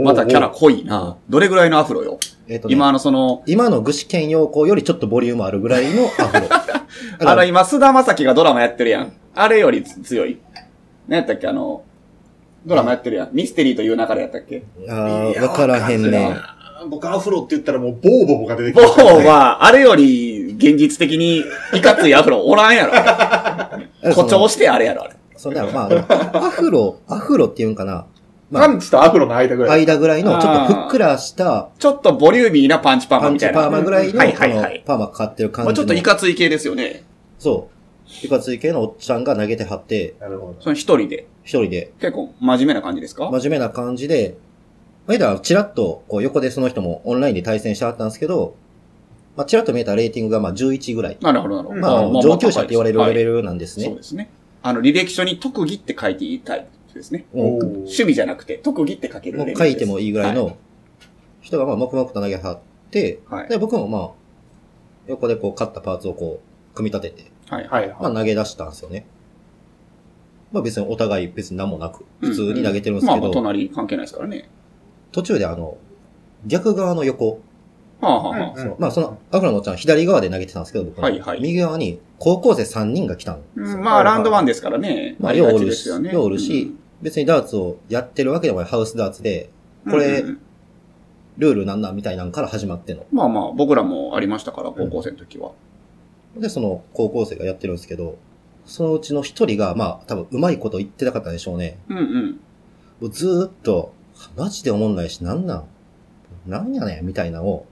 A: お。
D: またキャラ濃いな。どれぐらいのアフロよ。
C: えっ、とね、
D: 今あのその、
C: 今の具志堅用高よりちょっとボリュームあるぐらいのア フロ。
D: あの今、菅田将暉がドラマやってるやん。あれよりつ強い。何やったっけあの、ドラマやってるやん。ミステリーという流れやったっけ
C: あーわからへん
A: いやわかん
C: ね。
A: ない僕アフロって言ったらもうボーボボが出てき
D: ボ
A: て
D: ーは、あれより現実的にいかついアフロおらんやろ。 誇張してあれやろ、あれ。
C: そんな、まあ、でもアフロ、アフロっていうんかな。ま
A: パ
C: あ、
A: ンチとアフロの間ぐらい。
C: 間ぐらいの、ちょっとふっくらした
D: ちょっとボリューミーなパンチパー
C: パ
D: マ
C: ン
D: み
C: チ
D: たい
C: パー
D: な。
C: マぐらいの、
D: は
C: こ
D: い
C: の
D: はいはい
C: パーマかかってる感
D: まあ
C: じ
D: ちょっと
C: の
D: い。かつい系ですよね。
C: そう。いかつい系のおっちゃんが投げてはって、
A: なるほど。
D: その一人で。
C: 一人で、
D: 結構真面目な感じですか
C: 真面目な感じで、まあ言うたらチラッと、こう横でその人もオンラインで対戦してはったんですけど、まあ、チラッと見えたレーティングがまあ11ぐらい。
D: なるほど、なるほど。
C: まああの、上級者って言われるレベ
D: ル
C: ルなんですね。
D: そうですね。あの、履歴書に特技って書いていいタイプですね。
C: もう
D: 趣味じゃなくて、特技って書ける
C: も
D: レベ
C: う
D: ルです。
C: 書いてもいいぐらいの人がまあ黙々と投げはって、
D: はい。
C: で、僕もまあ、横でこう買ったパーツをこう、組み立てて、
D: はい。はい。
A: はい
C: ま
A: は。
C: あ投げ出したんですよね。まあ別にお互い別に何もなく、
D: うん
C: 普通に投げてるんですけ
D: まあ、
C: ど、
D: 隣関係ないですからね。
C: 途中であの、逆側の横、
D: はあ、はあはい
A: うん
C: まあその、アフロのおっちゃんは左側で投げてたんですけど、僕の
D: はいはい
C: 右側に高校生3人が来たん
D: う
C: ですよ。
D: ん、まあ、ラウンドワンですからね。
C: まあ
D: りがちですよね
C: ようおるし別にダーツをやってるわけでもないハウスダーツで、
D: うん
C: これ
D: うんうん
C: ルールなんなんみたいなんから始まってんの。
D: まあまあ、僕らもありましたから、高校生の時は。
C: で、その高校生がやってるんですけど、そのうちの一人が、まあ、多分うまいこと言ってなかったんでしょうね。
D: うんうん。
C: もうずーっと、マジで思んないし、なんなんなんやねんみたいなのを、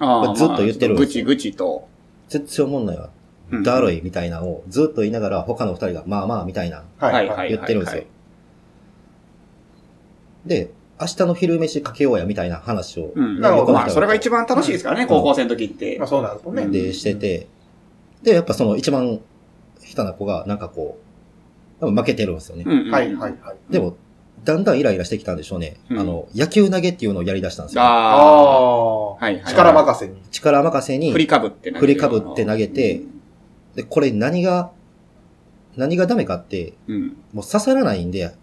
D: ああ、
C: ずっと言ってるん
D: まあぐ
C: です
D: ち
C: よ
D: ぐちと。
C: 全然思んないわ。
D: うん
C: だるいみたいなのをずーっと言いながら、他の二人が、まあまあ、みたいな、
D: はいはい
C: 言ってるんですよ。で、明日の昼飯かけようや、みたいな話を、
D: うん。
A: なるほど
D: まあ、それが一番楽しいですからね、
C: ん
D: 高校生の時って
A: まあ。そうなんですもんね。
C: で、してて、で、やっぱその一番下手な子が、なんかこう、多分負けてるんですよね。
D: うんうん
A: はいはい。はい。
C: でも、だんだんイライラしてきたんでしょうね。
D: うん
C: あの、野球投げっていうのをやり出したんですよ。
A: ああ。
D: ああ。はいはい。
A: 力任せに。
C: 力任せに
D: 振、りかぶって投げる
C: 振りかぶって投げて。で、これ何が、何がダメかって、
D: うんうん。
C: もう刺さらないんで、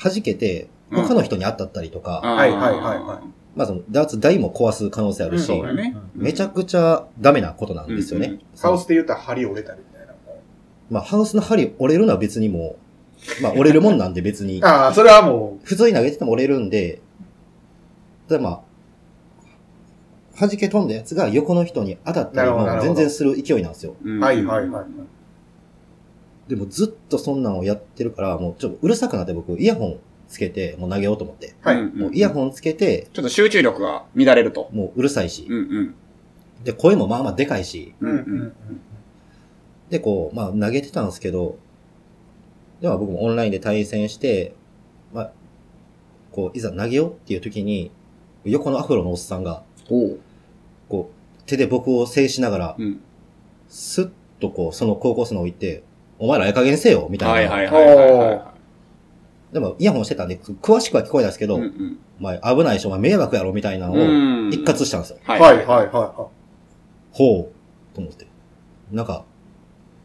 C: 弾けて、
D: うん。
C: 他の人に当たったりとか、
A: はいはいはいはい
C: まあその、ダーツ台も壊す可能性あるし、
D: そうだね。
C: めちゃくちゃダメなことなんですよね。
D: うんうん
C: そ
A: ハ
C: の
A: ウスで言うたら針折れたりみたいな。、
C: まあ、ハウスの針折れるのは別にもう、まあ、折れるもんなんで別 に
A: ああ、それはも
C: 普通に投げてても折れるんで、ただまあ、弾け飛んだやつが横の人に当たった
A: な
C: り
A: るほどな
C: も
A: るほど
C: 全然する勢いなんですよ。
D: う
A: う。
D: ん
A: はいはいはい。
C: でもずっとそんなんをやってるから、もうちょっとうるさくなって僕イヤホンつけて、もう投げようと思って。
A: はい
D: うんん
C: もうイヤホンつけて、
D: ちょっと集中力が乱れると。
C: もううるさいし
D: う、ん
C: で、声もまあまあでかいし、
D: うん。うんうん。
C: で、こう、まあ投げてたんですけど、では僕もオンラインで対戦して、まあ、こう、いざ投げようっていう時に、横のアフロのおっさんが、
D: おう。
C: こう、手で僕を制しながら、
D: うん。
C: スッとこう、その高校生の方行って、お前らええ加減せよみたいな。
D: はいはいはいはいはいは
C: でも、イヤホンしてたんで、く詳しくは聞こえないですけ
D: い。
C: ど、
D: うんうん
C: お前危ないし、お前迷惑やろみたいなのを、
D: うん
C: 一括したんですよ。
D: は
A: はいいは
D: はい
A: いはいは
C: ほう、と思って。なんか、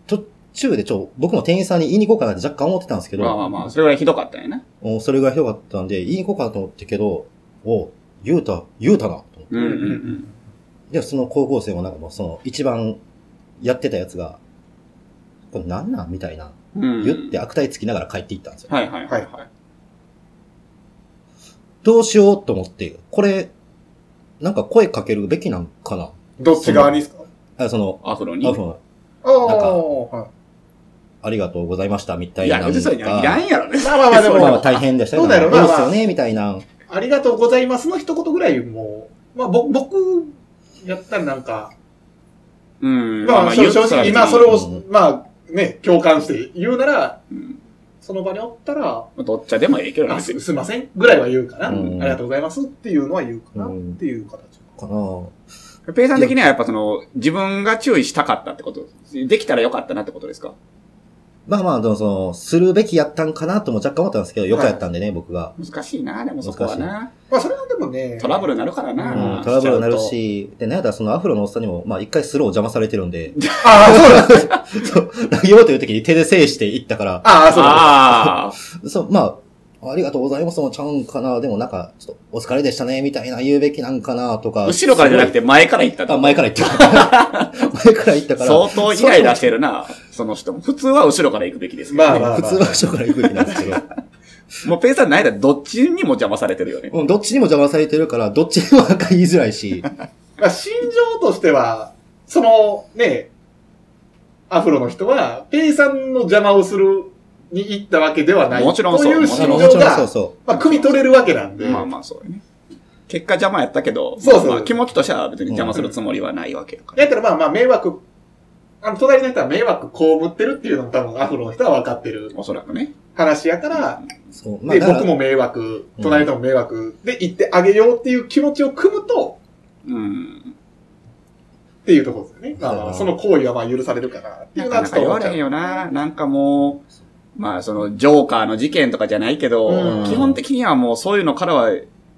C: 途中でちょ、僕も店員さんに言いに行こうかなって若干思ってたんですけ
D: まあまあ
C: ど、
D: まあ、それぐらいひどかったんやな。
C: おそれぐらいひどかったんで、言いに行こうかなと思ってけど、おう、言うた、言うたな、と思って。
D: う
A: い。
D: んうんうん。
C: で、その高校生もなんかもう、その、一番やってたやつが、これなんなんみたいな。
D: うん
C: 言って悪態つきながら帰っていったんですよ。
D: はいはいはいはい。
C: どうしようと思って、これ、なんか声かけるべきなんかな
A: どっち側にですか
C: あその、
D: アフロに。
C: アフロ、
A: ああ、はい。
C: ありがとうございましたみた
D: い
C: いな
D: や、
C: のと
D: 別
C: か。
D: にいらんやろね。
A: まあまあまあで
C: まあまあ
A: も、
C: 大変でしたけ
A: そうだよ
C: ど、
A: まあ
C: ど
A: ま
C: う
A: あ
C: ですよねみたいな。
A: ありがとうございますの一言ぐらい、もう、まあ、ぼ、僕、やったらなんか、
D: うん。
A: まあ、正
D: 言ったら
A: 直、今それを
C: うん、
A: まあ、ね、共感して言うなら、
D: うん
A: その場におったら、
D: どっちでもええけど
A: あ
D: 別
A: す
D: に
A: すいませんぐらいは言うかな、
C: うん
A: ありがとうございますっていうのは言うかなっ
C: うん
A: ていう形。
C: かな
D: ペイさん的にはやっぱその、自分が注意したかったってこと、できたらよかったなってことですか
C: まあまあ、でもその、するべきやったんかなとも若干思ったんですけど、よくやったんでね、僕が。
D: 難しいな、でもそこはな。
A: まあ、それはでもね、
D: トラブルになるからな。
C: うん、トラブルになるし、で、なんやったらそのアフロのおっさんにも、まあ一回スロー邪魔されてるんで、
A: ああ、そうだ。
C: そう、投げようという時に手で制していったから、
A: ああ、そうだ。
D: ああ。そう
C: そう、まあ、ありがとうございますもちゃうんかな、でもなんか、ちょっとお疲れでしたね、みたいな言うべきなんかな、とか。
D: 後ろからじゃなくて前から行った
C: あ、
D: と。
C: 前から言った。 前から言ったか
D: 相
C: ら。
D: 当イライラしてるな、その人も。普通は後ろから行くべきですけど、ね。
A: まあまあ
C: 普通は後ろから行くべきなんですけど。
D: もうペイさんないだどっちにも邪魔されてるよね。
C: うん、どっちにも邪魔されてるから、どっちにもなんか言いづらいし。
A: まあ、心情としては、その、ね、アフロの人は、ペイさんの邪魔をするに行ったわけではない。
D: もちろんそ
A: と
D: う
A: いう
D: も
A: 心
D: ちろん
C: も
A: 情
C: ちろんそう
A: が、
C: そ
A: まあ、組み取れるわけなんで。
D: まあまあそうよね。結果邪魔やったけど、
A: そうそう
D: まあ、気持ちとしては別に邪魔するつもりはないわけだから。
A: だからまあまあ、迷惑、あの、隣の人は迷惑被ってるっていうのも多分アフロの人は分かってる
D: おそらくね。
A: 話やから、
C: う。そう。
A: で、
C: だから
A: 僕も迷惑、隣の人も迷惑、で、行ってあげようっていう気持ちを組むと、
D: うん。
A: っていうところですよね。まあま
C: う
A: あ、
C: ん
A: その行為はまあ許されるかなってい
D: な
A: うの
D: か
A: は
D: な
A: ちょっと
D: か言
A: 思
D: わ
A: っちゃ
D: れ
A: う
D: へんよな。なんかもう、まあその、ジョーカーの事件とかじゃないけど、
A: うん
D: 基本的にはもうそういうのからは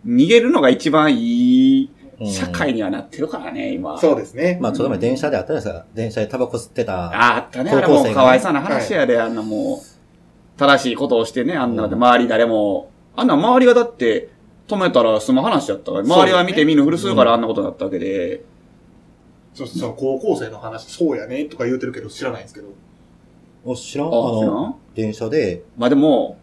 D: 逃げるのが一番いい
C: うん
D: 社会にはなってるからね、今。
A: そうですね。
C: まあ、ちょっと前電車であったんですが、電車でタバコ吸ってた。
D: ああったね。あ
C: 高
D: れ
C: 校生が
D: も
C: ね
D: う可哀想な話やで、あんなもう、正しいことをしてね、あんなで
C: うん
D: 周り誰も、あんな周りがだって、止めたら済む話やったから、周りは見て見ぬふるするからあんなことになったわけで、
A: ちょっとその高校生の話、そうやねとか言うてるけど知らないんですけど。
C: お、知らん
D: あ
C: あ
D: あ、そう
C: の、
D: なん
C: 電車で、
D: まあでも、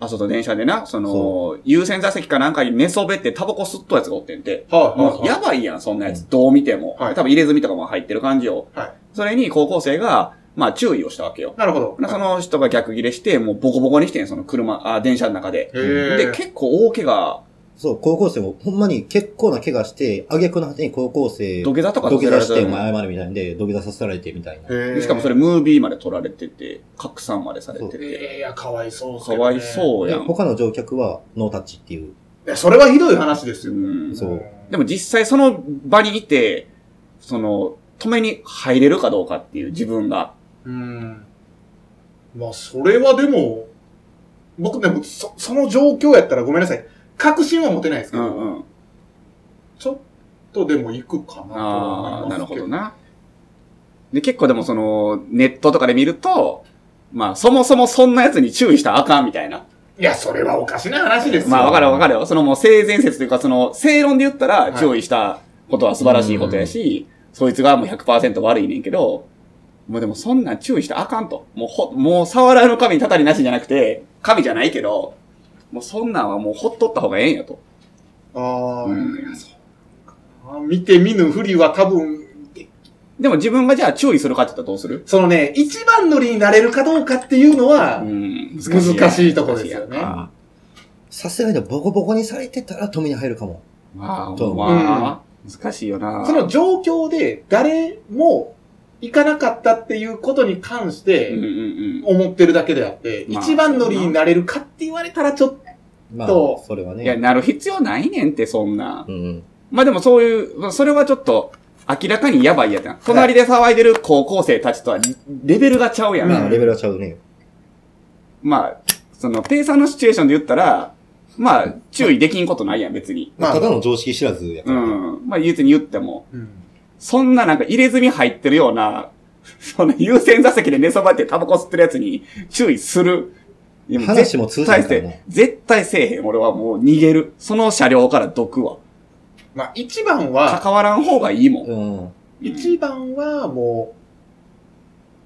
D: あそこ電車でな、その
C: そ、
D: 優先座席かなんかに寝そべってタバコ吸っとるやつがおってんて、
A: は
D: もうやばいやん、そんなや
C: う
D: つ。どう見ても。
A: はい
D: 多分入れ墨とかも入ってる感じを。
A: はい
D: それに高校生が、まあ注意をしたわけよ。
A: なるほど。
D: なその人が逆ギレして、もうボコボコにしてん、その車、あ、電車の中で。
A: へー
D: で、結構大怪我、
C: そう、高校生もほんまに結構な怪我して、挙句の果てに高校生、
D: 土下座とか
C: 土下座して、お
D: る
C: 前謝るみたいなんで、土下座させられてみたいな。
A: へー
D: しかもそれ、ムービーまで撮られてて、拡散までされてて。
A: ええ、いや、かわいそうです
D: か
A: けど
D: わ
A: ね
D: いそう
C: で
D: やん。
C: 他の乗客はノータッチっていう。
A: いや、それはひどい話です
D: う
A: よ。
D: ん。
C: そう
D: でも実際その場にいて、その、止めに入れるかどうかっていう自分が。
A: うん。まあ、それはでも、僕でも、そ、その状況やったらごめんなさい。確信は持てないですけ
D: う
A: ど、
D: んうん。
A: ちょっとでも行くかなとは
D: ああ、
A: 思い
D: な
A: ます
D: る
A: け
D: ほ
A: ど。
D: どな。で、結構でもその、ネットとかで見ると、まあ、そもそもそんな奴に注意したらあかんみたいな。
A: いや、それはおかしな話ですよ。
D: まあ、わかるわかるよ。そのもう性善説というか、その、正論で言ったら注意したことは素晴らしいことやし、そいつがもう100%悪いねんけど、もうでもそんなん注意したらあかんと。もうほ、もう触らぬ神にたたりなしじゃなくて、神じゃないけど、もうそんなんはもうほっとった方がええんやと。
A: ああ、
D: うん
A: いやそうあー見て見ぬふりは多分、
D: でも自分がじゃあ注意するかって言ったらどうする
A: そのね、一番乗りになれるかどうかっていうのは、
D: ん
A: 難しいとこですよね
D: 難しいやんか
C: さすがにボコボコにされてたら止めに入るかも。
D: まあ、
C: と
D: まあ、難しいよな。
A: その状況で誰も行かなかったっていうことに関し
D: うんう
A: て
D: ん
A: 思ってるだけであって、
D: まあ
A: 一番乗りになれるかって言われたらちょっと、
C: まあ
A: と、
C: それは
D: う
C: ね。
D: ん。いや、なる必要ないねんって、そんな
C: う。ん。
D: まあでもそういう、まあそれはちょっと、明らかにやばいやつやん。隣で騒いでる高校生たちとは、レベルがちゃうやん。
C: まあ、レベルはちゃうね。
D: まあ、その、ペイさんのシチュエーションで言ったら、まあ、注意できんことないやん、別に。
A: まあ
C: ただの常識知らずやか
D: う
C: らね。
D: ん。まあ、別に言っても。そんななんか入れ墨入ってるような、その優先座席で寝そばってタバコ吸ってるやつに注意する。いやもう
C: 話も通じないからな
D: 絶対せえへん。俺はもう逃げる。その車両から毒は。
A: まあ一番は、
D: 関わらん方がいいもん。
C: うん。
A: 一番はも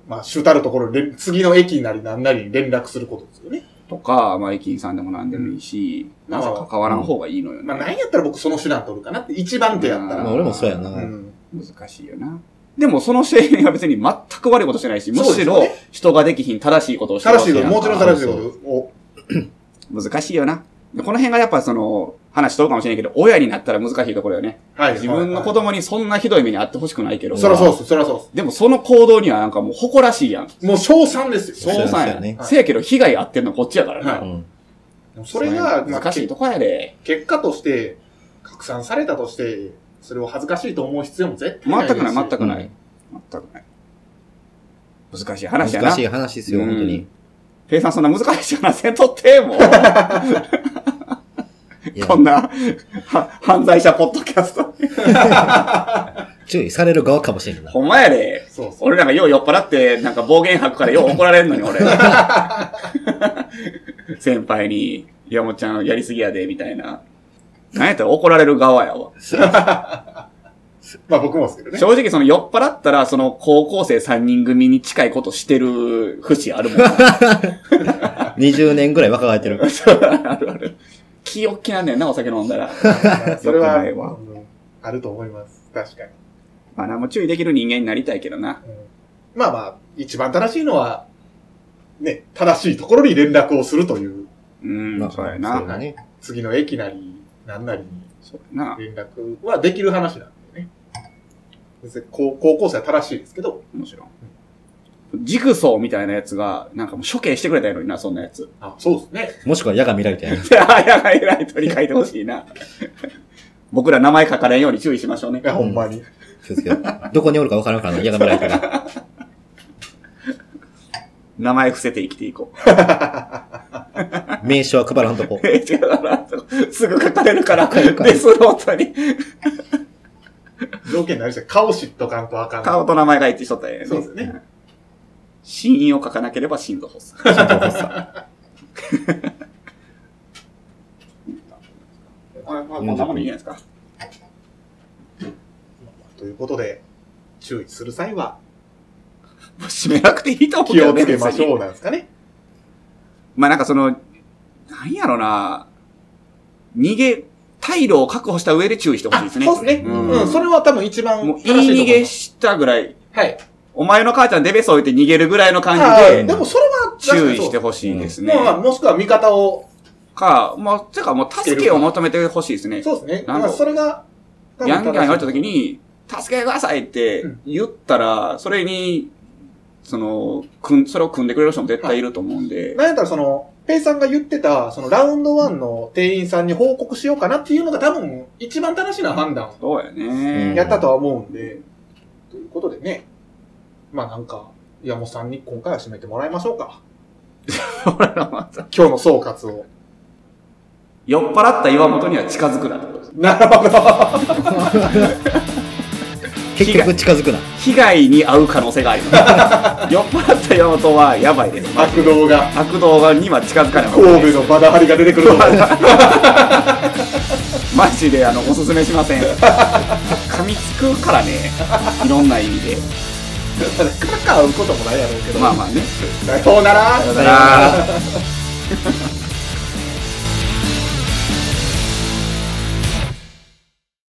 A: う、まあ主たるところで、次の駅なりなんなりに連絡することですよね。
D: とか、まあ、駅員さんでも何でもいいし、
A: ん
D: なぜ関わらん方がいいのよ
A: まあ
D: ね。
A: なんやったら僕その手段取るかなって、一番手やった
C: ま
A: ら。
C: あ、俺もそうやな。
A: うん
D: 難しいよな。でもその青年は別に全く悪いことしてないし、むし
A: そう
D: ろ
A: です
D: 人ができひん正しいことをして
A: 正
D: る
A: し
D: わけ
A: いこ
D: や
A: と、
D: んか
A: もちろん正しいことを。
D: 難しいよな。でこの辺がやっぱその、話しとるかもしれないけど、親になったら難しいところよね。
A: はい。
D: 自分の子
A: と
D: 供にそんなひどい目にあってほしくないけど。
A: そらそうっす、そらそうっ
D: でもその行動にはなんかもう誇らしいやん。
A: す。もう、賞賛です
D: そ
A: よ。
D: うさん
C: そう
D: や
C: やね
D: ね。せやけど被害あってんのこっちやから
A: は
D: な。
C: うん。
A: それが、まあ
D: 難しいとこやで。
A: 結果として、拡散されたとして、それを恥ずかしいと思う必要も絶対ない
D: 全
A: です
D: くない、全くな
C: う
D: い。全くない。難しい話やな。
C: 難しい話ですよ、
D: うん
C: 本当に。
D: ペイさんそんな難しい話せんとって、も う。
C: いや
D: こんな、は犯罪者ポッドキャスト。
C: 注意される側かもしれんない。
D: ほんまやで。
A: そうそう。
D: 俺なんかよう酔っ払って、なんか暴言吐くからよう怒られんのに、 俺。先輩に、山本ちゃんやりすぎやで、みたいな。なんやったら怒られる側やわ。
A: まあ僕もですけどね。
D: 正直その酔っ払ったら、その高校生3人組に近いことしてる節ある もん。
C: 20年ぐらい若返って る。
D: あるある。気を気なんだよな、お酒飲んだら。
A: まあそれ
D: よく
A: は、
D: ない
A: う
D: わ
A: んあると思います。確かに。
D: まあ何も注意できる人間になりたいけどな。
A: うんまあまあ、一番正しいのは、ね、正しいところに連絡をするという、
D: うん、
C: まあ
D: そうや
C: そ
D: な
C: う。だね。
A: 次の駅なり、なんなりに
D: そうやな。
A: 連絡はできる話なんでね。別に高高校生は正しいですけど、
D: もちろん。ジグソーみたいなやつが、なんかもう処刑してくれたやろにな、そんなやつ。
A: あ、そうですね。
C: もしくは矢が見られて。
D: いや、やばい、ライトに書いてほしいな。僕ら名前書かれんように注意しましょうね
A: い。や、ほんまに。
C: 気をつけてどこにおるかわからんからな、矢が見られてる。
D: 名前伏せて生きていこう。
C: 名刺は配らん とこ。
D: え違うな、すぐ書かれるから、
C: かるか
D: デスノートに。
A: 条件になりした顔知っとかんとあかん。
D: 顔と名前が一致しとったらええね
A: そうですね。
D: 死因を書かなければ心臓発作。
C: 心臓発作
D: まあ、まあ、こんなもんでいいんじゃないですか。
A: ということで、注意する際は
D: もう締めなくていいと思う
A: 気をつけまし
D: う。別
A: ょ
D: に
A: うなんですかね。
D: まあなんかその、なんやろな、逃げ、退路を確保した上で注意してほしいですね。
A: そうですね。
D: うん
A: うん、それは多分一番
D: もう
A: 正しいと思
D: 言い
A: い
D: 逃
A: ます
D: げしたぐらい、
A: はい。
D: お前の母ちゃんデベソ置いて逃げるぐらいの感
A: は
D: じ
A: い
D: で、
A: でもそれは
D: 注意して
A: ほ
D: ほしいです
A: し
D: ね。
A: まあ、もしくは味方を、
D: か、もう、てかもう助けを求めてほしいですね。
A: そうですね。
D: なん
A: まあ、
D: だろう
A: それが、
D: ヤンキャン言われた
A: と
D: 時、に、助けてくださいって言ったら、それに、その、くん、それを組んでくれる人も絶対いると思うんで、
A: なんやったらその、ペイさんが言ってた、そのラウンドワンの店員さんに報告しようかなっていうのが多分一番正しいな判断を
D: そうや
C: うん
D: ね。
A: やったとは思うんで、ということでね、まあなんか、山本さんに今回は締めてもらいましょうか。
D: 俺らまた
A: 今日の総括を。
D: 酔っ払った岩本には近づくなってことです。
A: なるほど。
C: 結局近づくな。
D: 被害に遭う可能性があり ます。酔っ払った岩本はやばいです。
A: 悪道 が、
D: 悪道側には近づかない方がいいで
A: 神戸のバダハリが出てくると思 う。
D: す。マジで、あの、おすすめしません。噛みつくからね、いろんな意味で。
A: カカ会うこともないやろうけど。
D: まあまあね。
A: さようなら。
D: さよなら